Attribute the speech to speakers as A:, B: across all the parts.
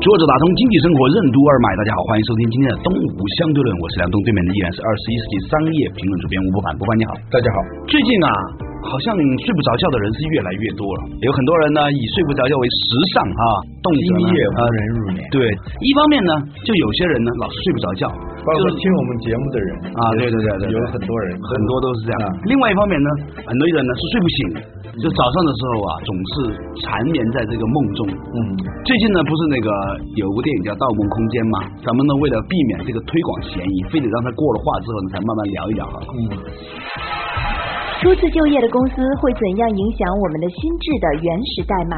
A: 作者打通经济生活任督二脉，大家好，欢迎收听今天的东吴相对论，我是梁东，对面的依然是二十一世纪商业评论主编吴伯凡，伯凡你好。
B: 大家好，
A: 最近啊，好像睡不着觉的人是越来越多了，有很多人呢以睡不着觉为时尚啊，动辄呢
B: 今夜
A: 啊
B: 无人入眠。
A: 对，一方面呢，就有些人呢老是睡不着觉，
B: 包
A: 就
B: 括
A: 是
B: 听我们节目的人
A: 啊对对对对对
B: 有很多人，
A: 很多都是这样。
B: 啊
A: 嗯另外一方面呢，很多人呢是睡不醒，就早上的时候啊，总是缠绵在这个梦中。
B: 嗯，
A: 最近呢，不是那个有部电影叫《盗梦空间》吗？咱们呢为了避免这个推广嫌疑，非得让它过了话之后呢，才慢慢聊一聊啊哈。
B: 嗯，
C: 初次就业的公司会怎样影响我们的心智的原始代码？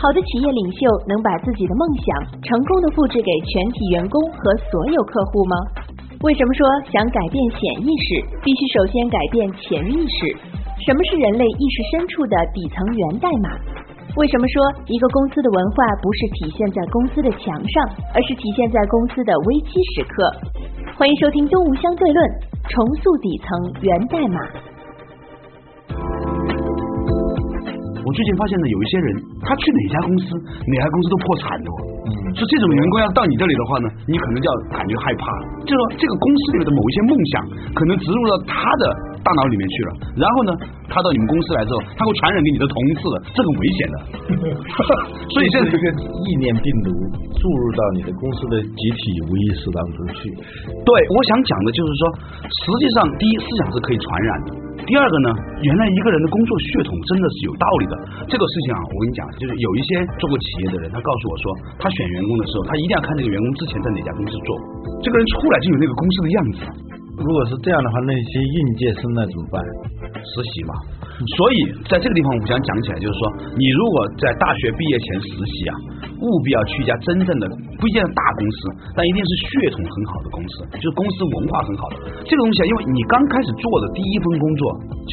C: 好的企业领袖能把自己的梦想成功的复制给全体员工和所有客户吗？为什么说想改变潜意识，必须首先改变潜意识？什么是人类意识深处的底层源代码？为什么说一个公司的文化不是体现在公司的墙上，而是体现在公司的危机时刻？欢迎收听《东吴相对论》，重塑底层源代码。
A: 我最近发现呢，有一些人他去哪家公司，哪家公司都破产的、哦。嗯，所以这种员工要到你这里的话呢，你可能就要感觉害怕，就是说这个公司里面的某一些梦想可能植入到他的大脑里面去了，然后呢，他到你们公司来之后，他会传染给你的同事的，这很危险的。所以现在
B: 这个意念病毒注入到你的公司的集体无意识当中去，
A: 对，我想讲的就是说，实际上第一，思想是可以传染的。第二个呢，原来一个人的工作血统真的是有道理的。这个事情啊，我跟你讲，就是有一些做过企业的人，他告诉我说，他选员工的时候，他一定要看这个员工之前在哪家公司做，这个人出来就有那个公司的样子，
B: 如果是这样的话，那些应届生那怎么办？
A: 实习嘛。所以在这个地方，我想讲起来，就是说，你如果在大学毕业前实习啊，务必要去一家真正的不一定是大公司，但一定是血统很好的公司，就是公司文化很好的这个东西啊。因为你刚开始做的第一份工作，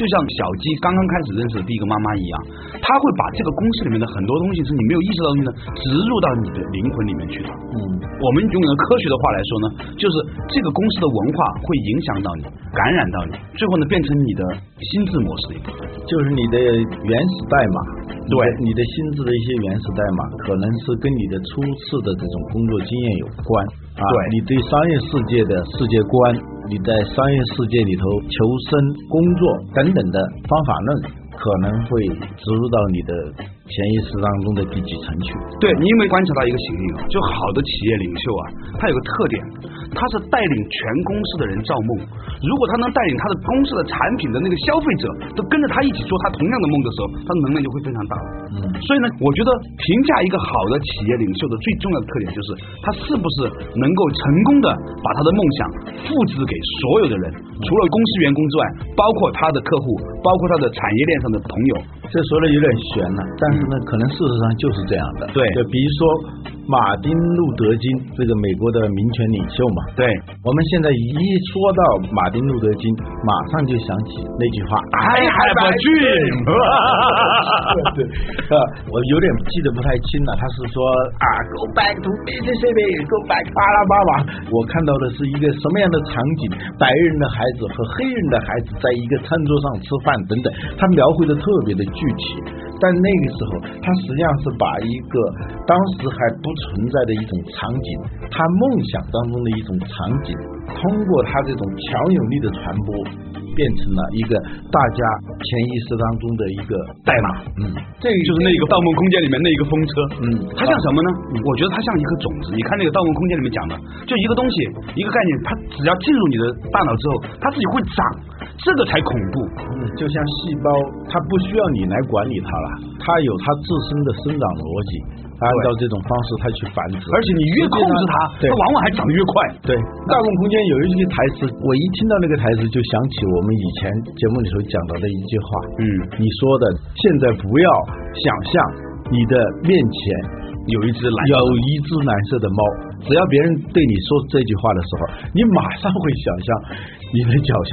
A: 就像小鸡刚刚开始认识的第一个妈妈一样，他会把这个公司里面的很多东西是你没有意识到的东西呢，植入到你的灵魂里面去的。
B: 嗯，
A: 我们用一个科学的话来说呢，就是这个公司的文化会影响到你，感染到你，最后呢变成你的心智模式的一部分。
B: 就是你的原始代码，
A: 对
B: 你的你的心智的一些原始代码，可能是跟你的初次的这种工作经验有关啊，
A: 对
B: 你对商业世界的世界观，你在商业世界里头求生、工作等等的方法论，可能会植入到你的潜意识当中的第几层去。
A: 对你有没有观察到一个情形啊？就好的企业领袖啊，他有个特点，他是带领全公司的人造梦。如果他能带领他的公司的产品的那个消费者都跟着他一起做他同样的梦的时候，他的能量就会非常大了。
B: 嗯
A: 所以呢，我觉得评价一个好的企业领袖的最重要的特点就是他是不是能够成功的把他的梦想复制给所有的人，除了公司员工之外，包括他的客户，包括他的产业链上的朋友。
B: 这说的有点悬了、但是呢，可能事实上就是这样的。
A: 对
B: 就比如说马丁路德金这个美国的民权领袖嘛，
A: 对，
B: 我们现在一说到马丁路德金，马上就想起那句话：“哎
A: I have a dream
B: 对，呃，我有点记得不太清了，他是说啊，Go back to Mississippi，Go back 巴拉巴拉。我看到的是一个什么样的场景？白人的孩子和黑人的孩子在一个餐桌上吃饭等等，他描绘的特别的具体。但那个时候，他实际上是把一个当时还不存在的一种场景，他梦想当中的一种场景，通过他这种强有力的传播，变成了一个大家潜意识当中的一个代码。嗯，
A: 这个就是那个《盗梦空间》里面那一个风车，
B: 嗯
A: 它像什么呢？我觉得它像一颗种子。你看那个《盗梦空间》里面讲的，就一个东西，一个概念，它只要进入你的大脑之后，它自己会长，这个才恐怖。
B: 嗯，就像细胞，它不需要你来管理它了，它有它自身的生长逻辑，它按照这种方式它去繁殖。
A: 而且你越控制它，它
B: 对
A: 往往还长得越快。
B: 对，大众空间有一句台词，我一听到那个台词就想起我们以前节目里头讲到的一句话，
A: 嗯
B: 你说的现在不要想象。你的面前
A: 有一只蓝
B: 有一只蓝色的猫，只要别人对你说这句话的时候，你马上会想象你的脚下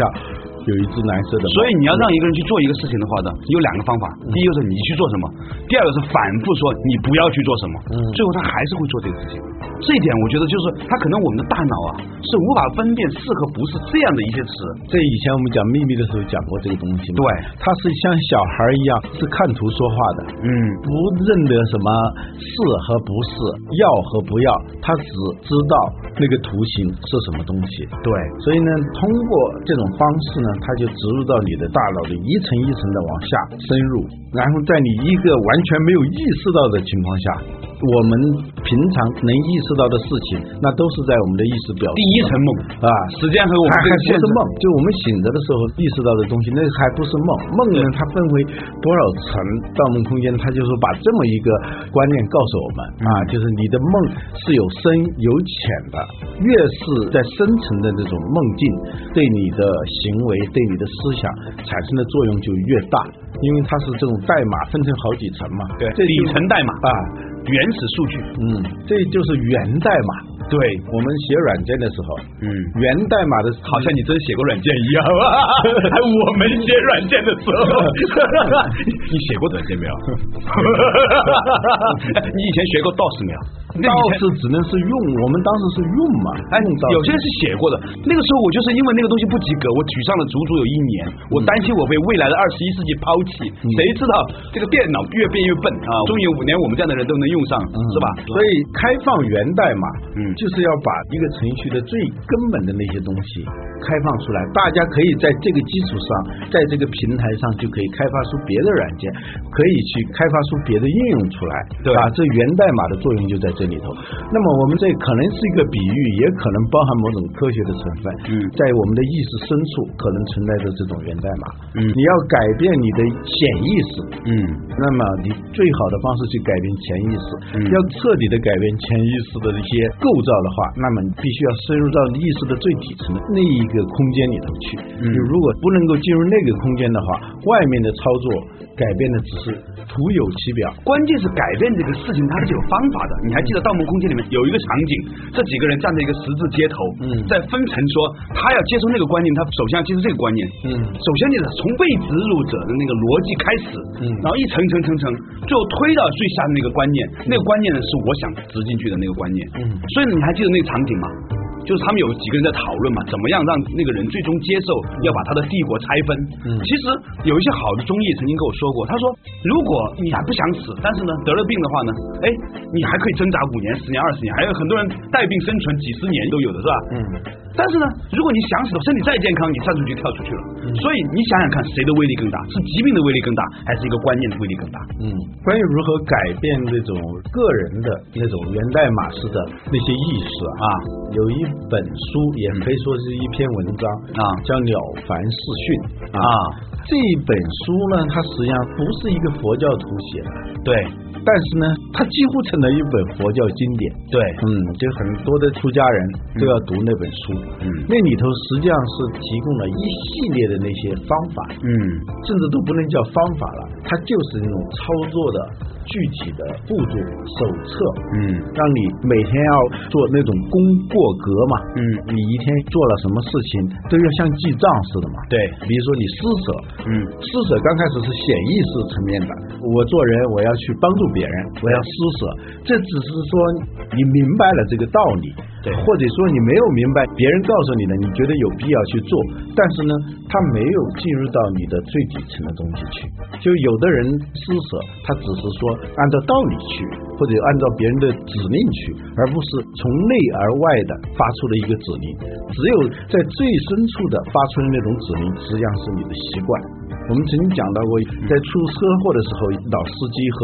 B: 有一只蓝色的猫。
A: 所以你要让一个人去做一个事情的话呢，有两个方法，第一个是你去做什么，第二个是反复说你不要去做什么，最后他还是会做这个事情。这一点我觉得就是他可能我们的大脑啊是无法分辨是和不是这样的一些词。
B: 这以前我们讲秘密的时候讲过这个东西嘛，
A: 对
B: 它是像小孩一样是看图说话的，
A: 嗯，
B: 不认得什么是和不是，要和不要，他只知道那个图形是什么东西。
A: 对，
B: 所以呢，通过这种方式呢，它就植入到你的大脑里，一层一层的往下深入，然后在你一个完全没有意识到的情况下，我们平常能意识到的事情，那都是在我们的意识表
A: 第一层梦，
B: 啊。
A: 时间和我
B: 还
A: 们这
B: 还
A: 个
B: 不
A: 现
B: 是
A: 实
B: 梦，就我们醒着的时候意识到的东西，那还不是梦。梦呢，它分为多少层？盗梦空间，它就是把这么一个观念告诉我们
A: 嗯
B: 啊，就是你的梦是有深有浅的，越是在深层的那种梦境，对你的行为、对你的思想产生的作用就越大，因为它是这种代码分成好几层嘛。
A: 对
B: 这就
A: 底层代码
B: 啊，
A: 原始数据，
B: 嗯，这就是源代码。
A: 对，
B: 我们写软件的时候，
A: 嗯
B: 源代码的
A: 好像你真写过软件一样，哎 还我们写软件的时候， 你写过软件 没有？你以前学过 DOS 没有？那以
B: 道
A: 前
B: 是只能是用，我们当时是用嘛，
A: 哎，
B: 用到
A: 有些人是写过的。那个时候我就是因为那个东西不及格，我沮丧了足足有一年。我担心我被未来的二十一世纪抛弃，谁知道这个电脑越变越笨嗯啊！终于五年我们这样的人都能用上，
B: 嗯
A: 是吧？
B: 所以开放源代码，
A: 嗯
B: 就是要把一个程序的最根本的那些东西开放出来，大家可以在这个基础上，在这个平台上就可以开发出别的软件，可以去开发出别的应用出来，
A: 对
B: 吧？这源代码的作用就在这里头。那么我们这可能是一个比喻，也可能包含某种科学的成分，
A: 嗯
B: 在我们的意识深处可能存在着这种源代码，
A: 嗯
B: 你要改变你的潜意识，
A: 嗯，
B: 那么你最好的方式去改变潜意识，
A: 嗯
B: 要彻底的改变潜意识的一些构造的话，那么你必须要深入到你意识的最底层的那一个空间里头去。
A: 嗯
B: 你如果不能够进入那个空间的话，外面的操作改变的只是徒有其表。
A: 关键是改变这个事情，它是有方法的。你还记得《盗梦空间》里面有一个场景，这几个人站在一个十字街头，
B: 嗯
A: 在分层说他要接受那个观念，他首先要接受这个观念，
B: 嗯
A: 首先你得从被植入者的那个逻辑开始，
B: 嗯
A: 然后一层层层层，最后推到最下面那个观念，那个观念呢是我想植进去的那个观念，
B: 嗯
A: 所以你还记得那个场景吗？就是他们有几个人在讨论嘛，怎么样让那个人最终接受要把他的帝国拆分？
B: 嗯
A: 其实有一些好的中医曾经跟我说过，他说如果你还不想死，但是呢得了病的话呢，哎，你还可以挣扎五年、十年、二十年，还有很多人带病生存几十年都有的是吧？
B: 嗯
A: 但是呢，如果你想死了，身体再健康，你站出去跳出去了。
B: 嗯
A: 所以你想想看，谁的威力更大？是疾病的威力更大，还是一个观念的威力更大？
B: 嗯，关于如何改变这种个人的那种源代码式的那些意识啊，有一本书也可以说是一篇文章
A: 啊
B: 叫《了凡四训》
A: 啊
B: 这本书呢，它实际上不是一个佛教徒写的，
A: 对
B: 但是呢，它几乎成了一本佛教经典。
A: 对，
B: 嗯，就很多的出家人都要读那本书，
A: 嗯
B: 那里头实际上是提供了一系列的那些方法，
A: 嗯
B: 甚至都不能叫方法了，它就是那种操作的具体的步骤手册，
A: 嗯
B: 让你每天要做那种功过格嘛，
A: 嗯
B: 你一天做了什么事情都要像记账似的嘛，
A: 对
B: 比如说你施舍，
A: 嗯
B: 施舍刚开始是潜意识层面的，我做人我要去帮助别人，我要施舍，这只是说你明白了这个道理。
A: 对
B: 或者说你没有明白，别人告诉你的，你觉得有必要去做，但是呢，他没有进入到你的最底层的东西去。就有的人施舍，他只是说按照道理去，或者按照别人的指令去，而不是从内而外的发出了一个指令。只有在最深处的发出的那种指令，实际上是你的习惯。我们曾经讲到过，在出车祸的时候，老司机和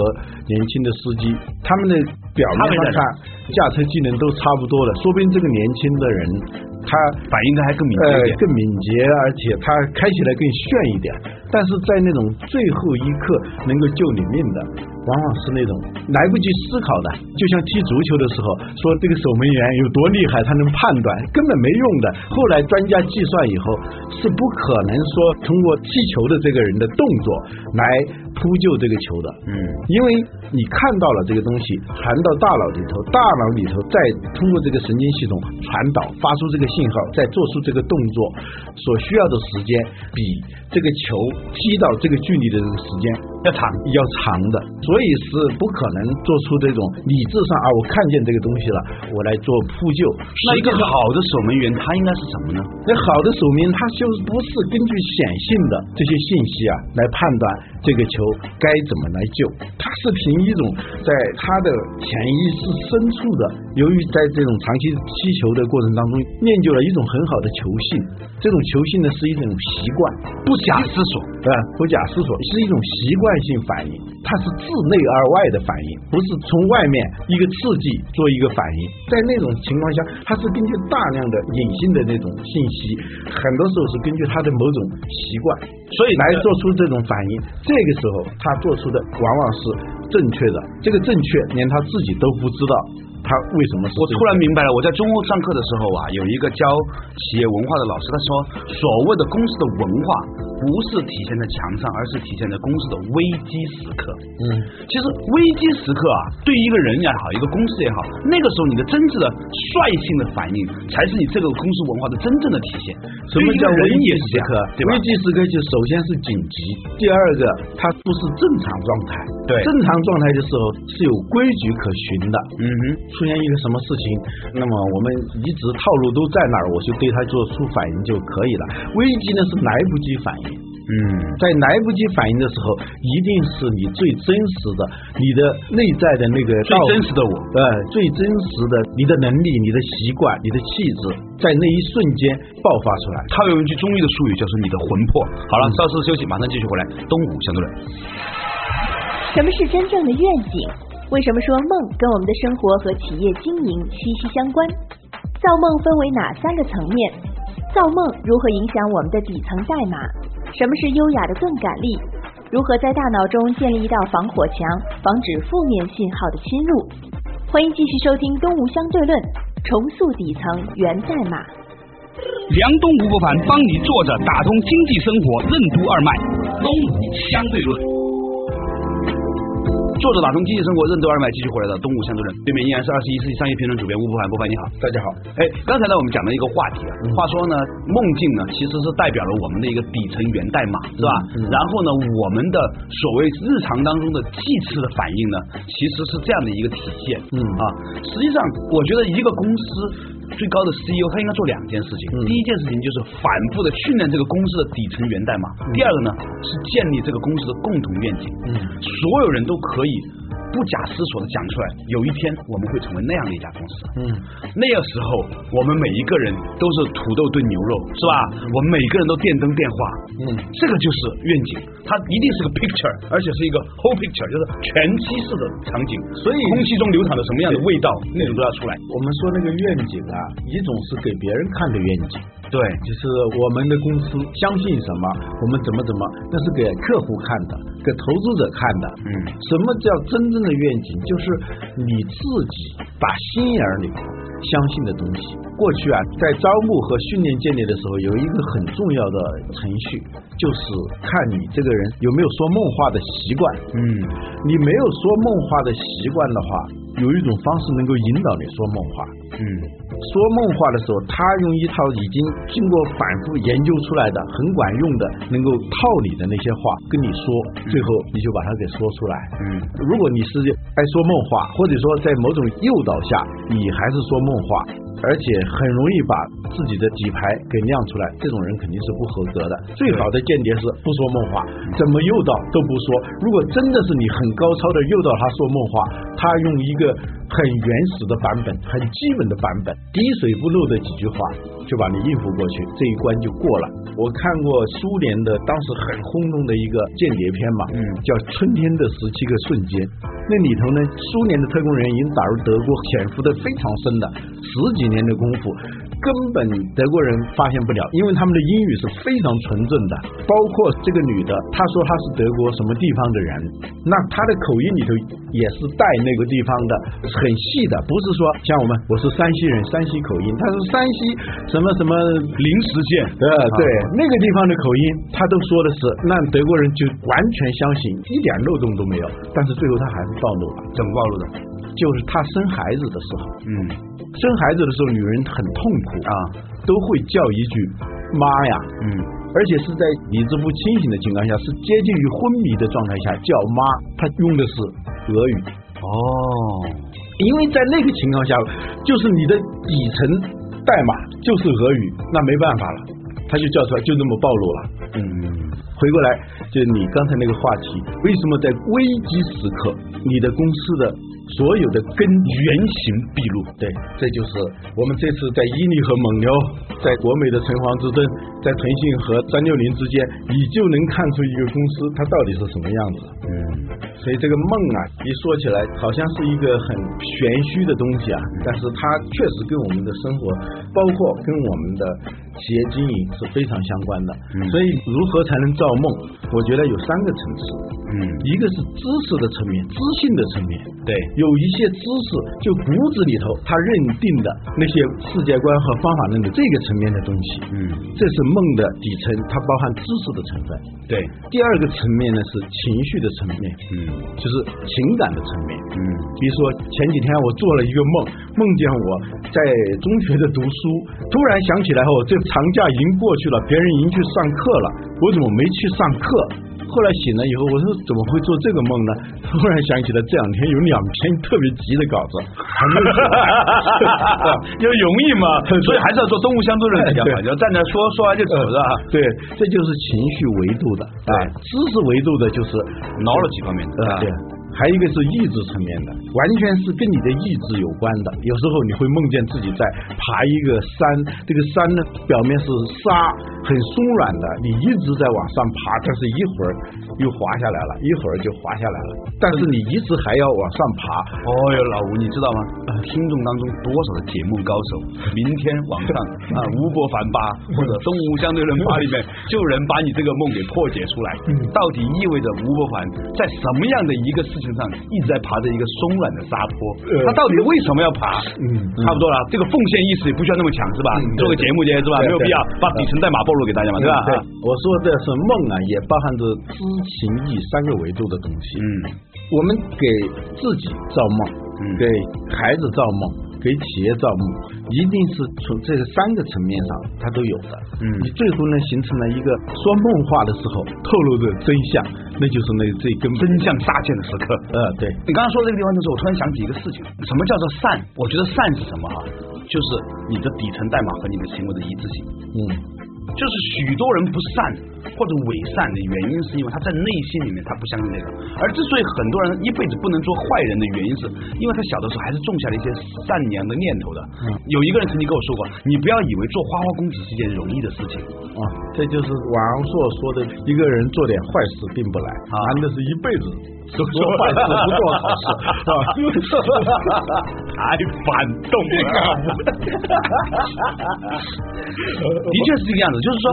B: 年轻的司机，他们的表面
A: 差别
B: 上
A: 在
B: 看
A: 哪
B: 驾车技能都差不多了，说不定这个年轻的人他
A: 反应的还更敏
B: 呃
A: 捷一点。
B: 更敏捷，而且他开起来更炫一点。但是在那种最后一刻能够救你命的，往往是那种来不及思考的，就像踢足球的时候说这个守门员有多厉害，他能判断，根本没用的。后来专家计算以后，是不可能说通过踢球的这个人的动作来扑救这个球的。
A: 嗯，
B: 因为你看到了这个东西传到大脑里头，大脑里头再通过这个神经系统传导，发出这个信号，再做出这个动作，所需要的时间比这个球踢到这个距离的这个时间要长要长的，所以是不可能做出这种理智上啊，我看见这个东西了，我来做扑救。
A: 那一个好的守门员，他应该是什么呢？
B: 那好的守门员，他就是不是根据显性的这些信息啊来判断这个球该怎么来救，他是凭一种在他的潜意识深处的，由于在这种长期踢球的过程当中，练就了一种很好的球性，这种球性呢是一种习惯，
A: 不假思索。
B: 啊，不假思索是一种习惯性反应，它是自内而外的反应，不是从外面一个刺激做一个反应。在那种情况下，它是根据大量的隐性的那种信息，很多时候是根据他的某种习惯，所以来做出这种反应。这个时候，他做出的往往是正确的，这个正确连他自己都不知道。他为什么是
A: 我
B: 正确的？
A: 突然明白了，我在中欧上课的时候啊，有一个教企业文化的老师，他说，所谓的公司的文化不是体现在墙上，而是体现在公司的危机时刻。
B: 嗯，
A: 其实危机时刻啊，对于一个人也好，一个公司也好，那个时候你的真正的率性的反应，才是你这个公司文化的真正的体现。
B: 什
A: 对于
B: 么叫
A: 一个人
B: 危机
A: 也是
B: 时
A: 这样
B: 刻？
A: 对吧
B: 危？机时刻就首先是紧急，第二个它不是正常状态。
A: 对
B: 正常状态的时候是有规矩可循的。
A: 嗯哼，
B: 出现一个什么事情，那么我们一直套路都在那儿，我就对它做出反应就可以了。危机呢是来不及反应，
A: 嗯，
B: 在来不及反应的时候，一定是你最真实的，你的内在的那个
A: 最
B: 道
A: 真实的我。
B: 呃，最真实的你的能力、你的习惯、你的气质，在那一瞬间爆发出来。嗯
A: 套用一句中医的术语，叫做你的魂魄。好了，稍事休息，马上继续回来。东吴相对论。
C: 什么是真正的愿景？为什么说梦跟我们的生活和企业经营息息相关？造梦分为哪三个层面？造梦如何影响我们的底层代码？什么是优雅的钝感力？如何在大脑中建立一道防火墙，防止负面信号的侵入？欢迎继续收听《东吴相对论》，重塑底层源代码。
D: 梁东吴不凡帮你坐着打通经济生活任督二脉，东吴相对论。
A: 作者打通经济生活任督二脉，继续回来的东吴相对论，对面依然是二十一世纪商业评论主编吴不凡，不凡你好，大家好。哎，刚才呢我们讲了一个话题啊，
B: 嗯
A: 话说呢梦境呢其实是代表了我们的一个底层源代码，是吧？
B: 嗯嗯
A: 然后呢我们的所谓日常当中的祭次的反应呢，其实是这样的一个体现，
B: 嗯
A: 啊，实际上我觉得一个公司。最高的 CEO 他应该做两件事情，
B: 嗯
A: 第一件事情就是反复的训练这个公司的底层源代码，第二个呢是建立这个公司的共同愿景。
B: 嗯
A: 所有人都可以不假思索的讲出来，有一天我们会成为那样的一家公司。
B: 嗯，
A: 那个时候，我们每一个人都是土豆炖牛肉，是吧？我们每个人都电灯电话，
B: 嗯
A: 这个就是愿景，它一定是个 picture，而且是一个 whole picture，就是全息式的场景，
B: 所以
A: 空气中流淌着什么样的味道，那种都要出来。
B: 我们说那个愿景啊，一种是给别人看的愿景，
A: 对，
B: 就是我们的公司相信什么，我们怎么怎么，那是给客户看的，给投资者看的。
A: 嗯
B: 什么叫真正的愿景？就是你自己打心眼儿里相信的东西。过去啊，在招募和训练建立的时候，有一个很重要的程序，就是看你这个人有没有说梦话的习惯。
A: 嗯，
B: 你没有说梦话的习惯的话，有一种方式能够引导你说梦话。
A: 嗯，
B: 说梦话的时候，他用一套已经经过反复研究出来的、很管用的、能够套你的那些话跟你说，最后你就把它给说出来。
A: 嗯，
B: 如果你是爱说梦话，或者说在某种诱导下，你还是说梦话，而且很容易把自己的底牌给亮出来，这种人肯定是不合格的。最好的间谍是不说梦话，怎么诱导都不说。如果真的是你很高超的诱导他说梦话，他用一个很原始的版本、很基本的版本、滴水不漏的几句话就把你应付过去，这一关就过了。我看过苏联的当时很轰动的一个间谍片嘛，
A: 嗯
B: 叫《春天的十七个瞬间》。那里头呢，苏联的特工人已经打入德国，潜伏的非常深的，十几年的功夫，根本德国人发现不了，因为他们的英语是非常纯正的。包括这个女的，她说她是德国什么地方的人，那她的口音里头也是带那个地方的，很细的，不是说像我们我是山西人，山西口音，她是山西什么什么临时县，呃，对，那个地方的口音，她都说的是，那德国人就完全相信，一点漏洞都没有。但是最后她还是暴露了，
A: 怎么暴露的？
B: 就是她生孩子的时候，
A: 嗯
B: 生孩子的时候，女人很痛苦
A: 啊，
B: 都会叫一句“妈呀”，
A: 嗯，
B: 而且是在理智不清醒的情况下，是接近于昏迷的状态下叫妈，她用的是俄语，
A: 哦，
B: 因为在那个情况下，就是你的底层代码就是俄语，那没办法了，她就叫出来，就那么暴露了。
A: 嗯。
B: 回过来，就是你刚才那个话题，为什么在危机时刻，你的公司的所有的跟原形毕露？对，这就是我们这次在伊利和蒙牛，在国美的城隍之争，在腾讯和三六零之间，你就能看出一个公司它到底是什么样子。所以这个梦啊，一说起来好像是一个很玄虚的东西啊，但是它确实跟我们的生活，包括跟我们的企业经营是非常相关的。所以如何才能造梦？我觉得有三个层次，
A: 嗯
B: 一个是知识的层面，知性的层面，对，有一些知识就骨子里头他认定的那些世界观和方法论的这个层面的东西，
A: 嗯
B: 这是梦的底层，它包含知识的成分。
A: 对，
B: 第二个层面呢是情绪的层面，
A: 嗯
B: 就是情感的层面。
A: 嗯
B: 比如说前几天我做了一个梦，梦见我在中学的读书，突然想起来后，这长假已经过去了，别人已经去上课了，我怎么没去上课？后来醒了以后，我说怎么会做这个梦呢？突然想起来这两天有两篇特别急的稿子，还没有写完
A: 要容易嘛，所以还是要做东吴相对论比较好，
B: 对
A: 你要站那说说完就走了，
B: 对，这就是情绪维度的，啊
A: 对
B: 知识维度的就是
A: 挠了几方面的
B: 对，还有一个是意志层面的，完全是跟你的意志有关的。有时候你会梦见自己在爬一个山，这个山呢表面是沙，很松软的，你一直在往上爬，但是一会儿又滑下来了，一会儿就滑下来了，但是你一直还要往上爬。
A: 哦哟，老吴，你知道吗？啊听众当中多少的节目高手，明天晚上啊，吴伯凡吧，或者东吴相对论吧里面，就能把你这个梦给破解出来。
B: 嗯
A: 到底意味着吴伯凡在什么样的一个事情上一直在爬着一个松软的沙坡？
B: 呃
A: 他到底为什么要爬？
B: 嗯
A: 差不多了，这个奉献意识也不需要那么强，是吧
B: 嗯？对
A: 做个节目节是吧？
B: 对
A: 没有必要
B: 对嗯
A: 把底层代码暴露给大家嘛，对吧？
B: 对，我说的是梦啊，也包含着知情意三个维度的东西。
A: 嗯，
B: 我们给自己造梦，
A: 嗯
B: 给孩子造梦，给企业造梦，一定是从这个三个层面上它都有的。
A: 嗯
B: 你最后呢形成了一个说梦话的时候透露着真相，那就是那最根本
A: 真相乍见的时刻。
B: 呃对，
A: 你刚刚说这个地方的时候，我突然想起一个事情：什么叫做善？我觉得善是什么哈、就是你的底层代码和你的行为的一致性。
B: 嗯
A: 就是许多人不善或者伪善的原因，是因为他在内心里面他不相信这个。而之所以很多人一辈子不能做坏人的原因，是因为他小的时候还是种下了一些善良的念头的。有一个人曾经跟我说过：“你不要以为做花花公子是一件容易的事情。”
B: 啊，这就是王朔说的，一个人做点坏事并不难，
A: 啊
B: 难的是一辈 子做做坏事不做好事。啊
A: 嗯 太反动了。的确是这个样子，就是说，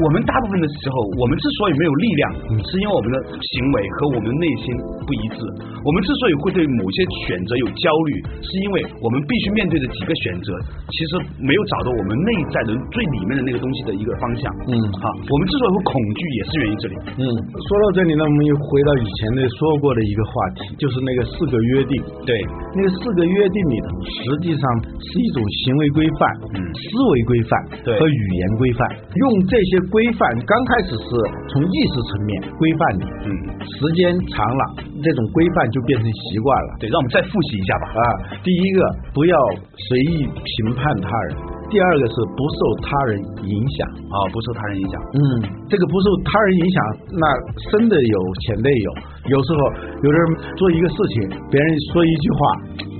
A: 我们大部分的时候，我们之所以没有力量，是因为我们的行为和我们的内心不一致。我们之所以会对某些选择有焦虑，是因为我们必须面对的几个选择，其实没有找到我们内在的最里面的那个东西的一个方向。
B: 嗯
A: 好，我们之所以会恐惧，也是源于这里。
B: 嗯，说到这里呢，我们又回到以前的说过的一个话题，就是那个四个约定。
A: 对，
B: 那个四个约定里头，实际上是一种行为规范、
A: 嗯
B: 思维规范
A: 对
B: 和语言规范。用这些规范，刚开始是从意识层面规范你，
A: 嗯，
B: 时间长了，这种规范就变成习惯了。
A: 对，让我们再复习一下吧。
B: 啊，第一个不要随意评判他人，第二个是不受他人影响。
A: 啊，不受他人影响。
B: 嗯，这个不受他人影响，那深的有，浅的也有。有时候有的人做一个事情，别人说一句话，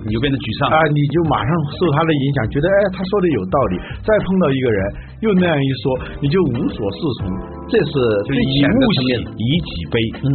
A: 你就变得沮丧
B: 啊，你就马上受他的影响，觉得哎，他说的有道理。再碰到一个人又那样一说，你就无所适从，这是
A: 就
B: 最
A: 是以
B: 前
A: 物
B: 的
A: 喜
B: 层面。，
A: 以己悲。
B: 嗯，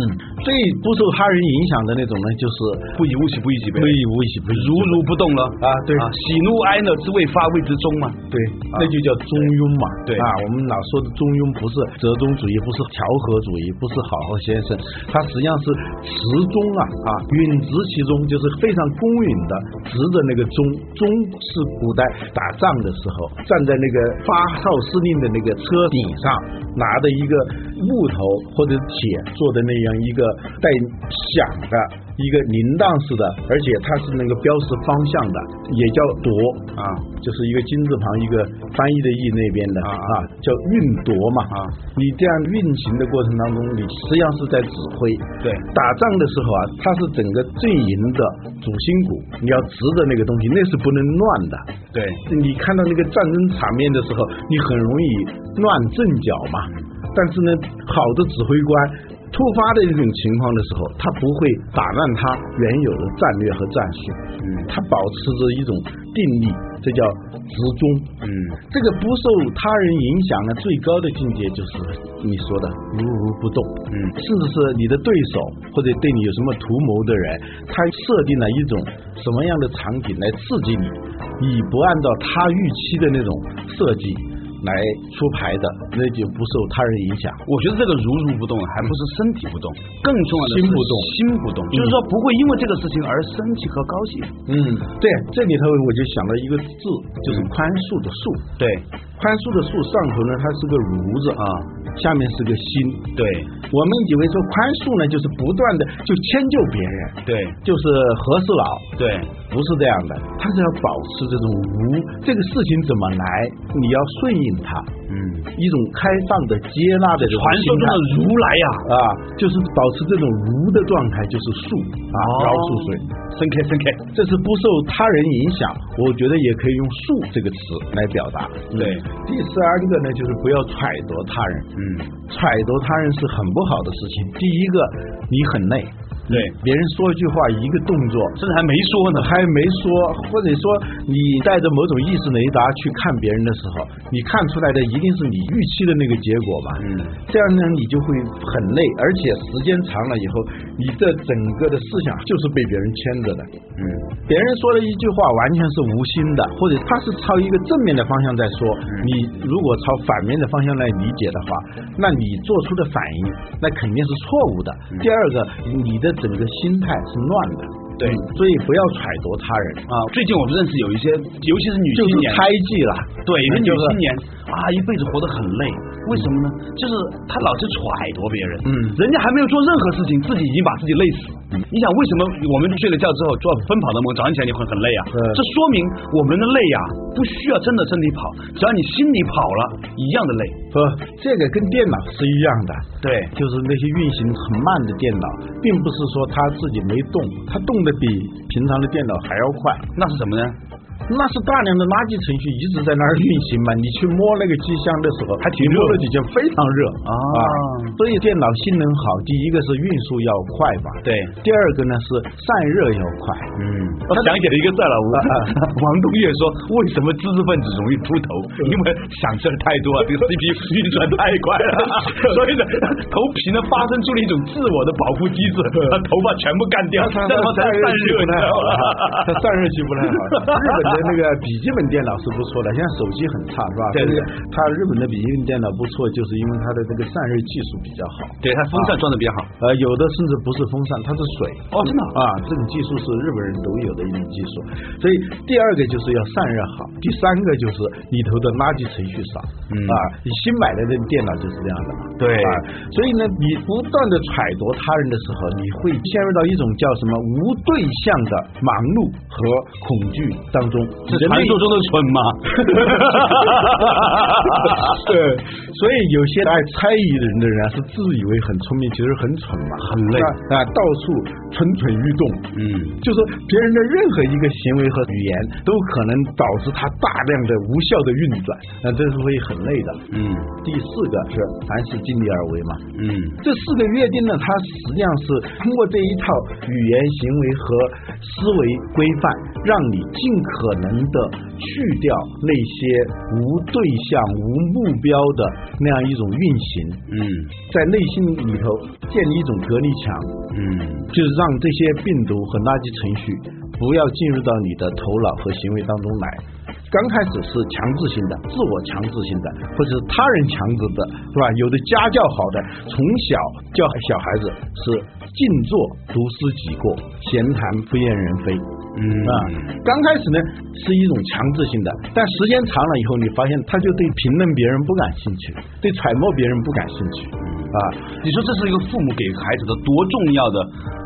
B: 最不受他人影响的那种呢，就是
A: 不以物喜，不以己悲。
B: 非无喜不
A: 如如不动了
B: 啊对
A: 啊，喜怒哀乐之未发谓之中嘛。
B: 对，那就叫中庸嘛。
A: 嗯啊对
B: 啊，我们老说的中庸不是折中主义，不是调和主义，不是好好先生，它实际上是持中啊啊，允直其中，就是非常公允的直的那个中。中是古代打仗的时候，站在那个发号施令的那个车顶上，拿着一个木头或者铁做的那样一个带响的。一个铃铛似的，而且它是那个标识方向的，也叫夺啊，就是一个金字旁一个翻译的译那边的
A: 啊
B: 啊，叫运夺嘛啊。你这样运行的过程当中，你实际上是在指挥。
A: 对
B: 打仗的时候啊，它是整个阵营的主心骨，你要直的那个东西，那是不能乱的。
A: 对，
B: 你看到那个战争场面的时候，你很容易乱阵脚嘛。但是呢，好的指挥官突发的一种情况的时候，他不会打乱他原有的战略和战术，
A: 嗯
B: 他保持着一种定力，这叫直中。
A: 嗯，
B: 这个不受他人影响呢，最高的境界就是你说的如如不动。
A: 嗯
B: 甚至是你的对手或者对你有什么图谋的人，他设定了一种什么样的场景来刺激你，你不按照他预期的那种设计来出牌的，那就不受他人影响。
A: 我觉得这个如如不动还不是身体不动，更重要的是
B: 心不动
A: 心不动，就是说不会因为这个事情而生气和高兴。
B: 嗯，对，这里头我就想到一个字，就是宽恕的恕。
A: 对
B: 宽恕的恕上头呢，它是个如字啊，下面是个心。
A: 对
B: 我们以为说宽恕呢，就是不断的就迁就别人，
A: 对
B: 就是和事佬，
A: 对，
B: 不是这样的，他是要保持这种无，这个事情怎么来，你要顺应它，
A: 嗯，
B: 一种开放的、接纳的这种
A: 传说中的
B: 心
A: 如
B: 态
A: 来呀、
B: 啊，就是保持这种无的状态，就是恕啊，
A: 哦
B: 饶恕罪。
A: 深刻深刻，
B: 这是不受他人影响，我觉得也可以用“恕”这个词来表达。
A: 对
B: 嗯第三个呢，就是不要揣度他人。
A: 嗯，
B: 揣度他人是很不好的事情。第一个，你很累，
A: 对，
B: 别人说一句话、一个动作，
A: 甚至还没说呢，
B: 还没说，或者说你带着某种意识雷达去看别人的时候，你看出来的一定是你预期的那个结果嘛？
A: 嗯，
B: 这样呢，你就会很累，而且时间长了以后，你的整个的思想就是被别人牵着的。
A: 嗯，
B: 别人说了一句话，完全是无心的，或者他是朝一个正面的方向在说，
A: 嗯
B: 你如果朝反面的方向来理解的话，那你做出的反应那肯定是错误的。
A: 嗯
B: 第二个，你的整个心态是乱的，
A: 对
B: 嗯所以不要揣度他人，
A: 啊，最近我们认识有一些，尤其是女
B: 就是
A: 青年，
B: 猜忌了。
A: 对，有些女
B: 嗯就是
A: 青年啊，一辈子活得很累，为什么呢？就是她老是揣度别人，
B: 嗯
A: 人家还没有做任何事情，自己已经把自己累死。你想为什么我们睡了觉之后做奔跑的梦，早上起来你会很累啊？
B: 嗯
A: 这说明我们的累啊，不需要真的身体跑，只要你心里跑了，一样的累。
B: 不，这个跟电脑是一样的，
A: 对
B: 就是那些运行很慢的电脑，并不是说它自己没动，它动的比平常的电脑还要快，
A: 那是什么呢？
B: 那是大量的垃圾程序一直在那儿运行嘛。 你去摸那个机箱的时候，还挺热的，已经非常热
A: 啊
B: 所以电脑性能好，第一个是运输要快嘛，
A: 对
B: 第二个呢是散热要快，
A: 嗯，我想起了一个 字了，我王东岳说，为什么知识分子容易秃头？因为想事儿太多啊了，这个 CP 运转太快 了，所以呢，头皮呢发生出了一种自我的保护机制，把头发全部干掉，
B: 它
A: 然后才
B: 散
A: 散热，你
B: 热器不
A: 知
B: 太
A: 道
B: 好
A: 吗？
B: 啊，它散热器不太好。日本的那个笔记本电脑是不错的，现在手机很差是吧？
A: 对
B: 但
A: 对
B: 是它日本的笔记本电脑不错，就是因为它的那个散热技术比较好。
A: 对他风扇装的比较好。
B: 呃，有的甚至不是风扇，它是水
A: 哦真的
B: 啊，这种技术是日本人独有的一种技术。所以第二个就是要散热好，第三个就是里头的垃圾程序少。
A: 嗯
B: 啊，你新买的这电脑就是这样的嘛。
A: 对
B: 啊，所以呢，你不断的揣度他人的时候，你会陷入到一种叫什么无对象的忙碌和恐惧当中。
A: 这传说 中的蠢嘛。
B: 对，所以有些爱猜疑的人的人啊，是自以为很聪明，其实很蠢嘛，很
A: 累
B: 啊，到处蠢蠢欲动。
A: 嗯，
B: 就说别人的任何一个行为和语言，都可能导致他大量的无效的运转，那这是会很累的。
A: 嗯
B: 第四个是凡事尽力而为嘛，
A: 嗯
B: 这四个约定呢，它实际上是通过这一套语言、行为和思维规范，让你尽可能的去掉那些无对象、无目标的那样一种运行，
A: 嗯
B: 在内心里头建立一种隔离墙，
A: 嗯
B: 就是让这些病毒和垃圾程序不要进入到你的头脑和行为当中来。刚开始是强制性的、自我强制性的，或者是他人强制的，是吧？有的家教好的，从小教小孩子是静坐、读诗己过，闲谈不厌人非。
A: 嗯
B: 啊，刚开始呢是一种强制性的，但时间长了以后，你发现他就对评论别人不感兴趣，对揣摩别人不感兴趣啊。
A: 你说这是一个父母给孩子的多重要的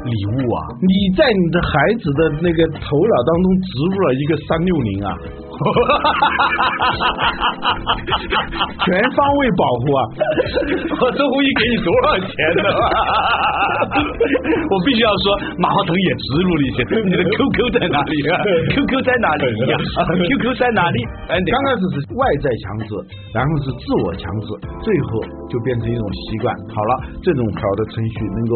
A: 礼物啊！
B: 你在你的孩子的那个头脑当中植入了一个三六零 啊，全方位保护啊，
A: 我周鸿祎给你多少钱呢？我必须要说，马化腾也植入了一些。你的 QQ 在哪里啊？QQ 在哪里呀、啊、？QQ 在哪里？哎，你
B: 刚开始是外在强制，然后是自我强制，最后就变成一种习惯。好了，这种好的程序能够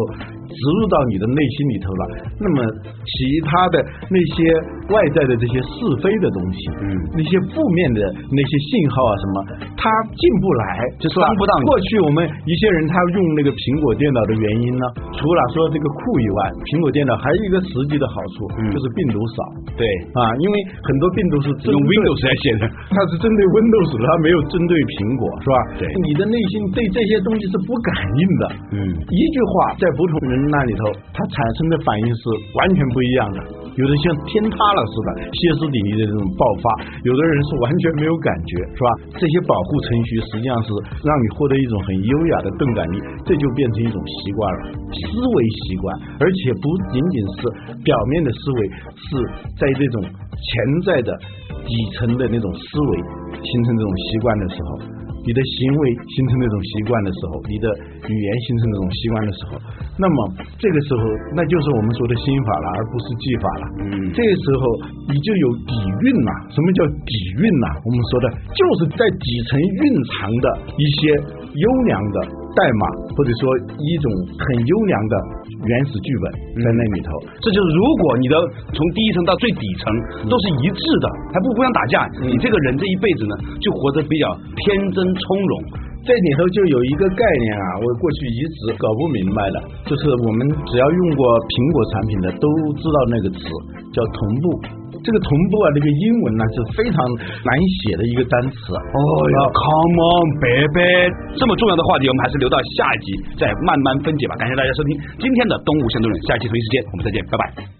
B: 植入到你的内心里头了，那么其他的那些外在的这些是非的东西，
A: 嗯
B: 那些负面的那些信号啊什么，它进不来，就
A: 伤不到你
B: 过去我们一些人他用那个苹果电脑的原因呢，除了说这个酷以外，苹果电脑还有一个实际的好处，
A: 嗯
B: 就是病毒少。
A: 对，
B: 啊，因为很多病毒是针
A: 用
B: 对
A: Windows 来写的。
B: 它是针对 Windows 的，它没有针对苹果，是吧？
A: 对
B: 你的内心对这些东西是不感应的。
A: 嗯
B: 一句话在普通人那里头，它产生的反应是完全不一样的。有的像天塌了似的，歇斯底里的这种爆发；有的人是完全没有感觉，是吧？这些保护程序实际上是让你获得一种很优雅的钝感力，这就变成一种习惯了，思维习惯，而且不仅仅是表面的思维，是在这种潜在的底层的那种思维形成这种习惯的时候，你的行为形成这种习惯的时候，你的语言形成这种习惯的时候，那么这个时候那就是我们说的心法了，而不是技法了。
A: 嗯
B: 这个时候你就有底蕴呐、什么叫底蕴呐、我们说的就是在底层蕴藏的一些优良的代码，或者说一种很优良的原始剧本在那里头。
A: 这就是如果你的从第一层到最底层都是一致的，还不互相打架，你这个人这一辈子呢，就活得比较天真从容。
B: 这里头就有一个概念啊，我过去一直搞不明白的，就是我们只要用过苹果产品的都知道那个词叫同步。这个同步啊，这个英文呢、是非常难写的一个单词啊。
A: 哦哟，Come on baby！这么重要的话题，我们还是留到下一集再慢慢分解吧。感谢大家收听今天的《东吴相对论》，下一期同一时间我们再见，拜拜。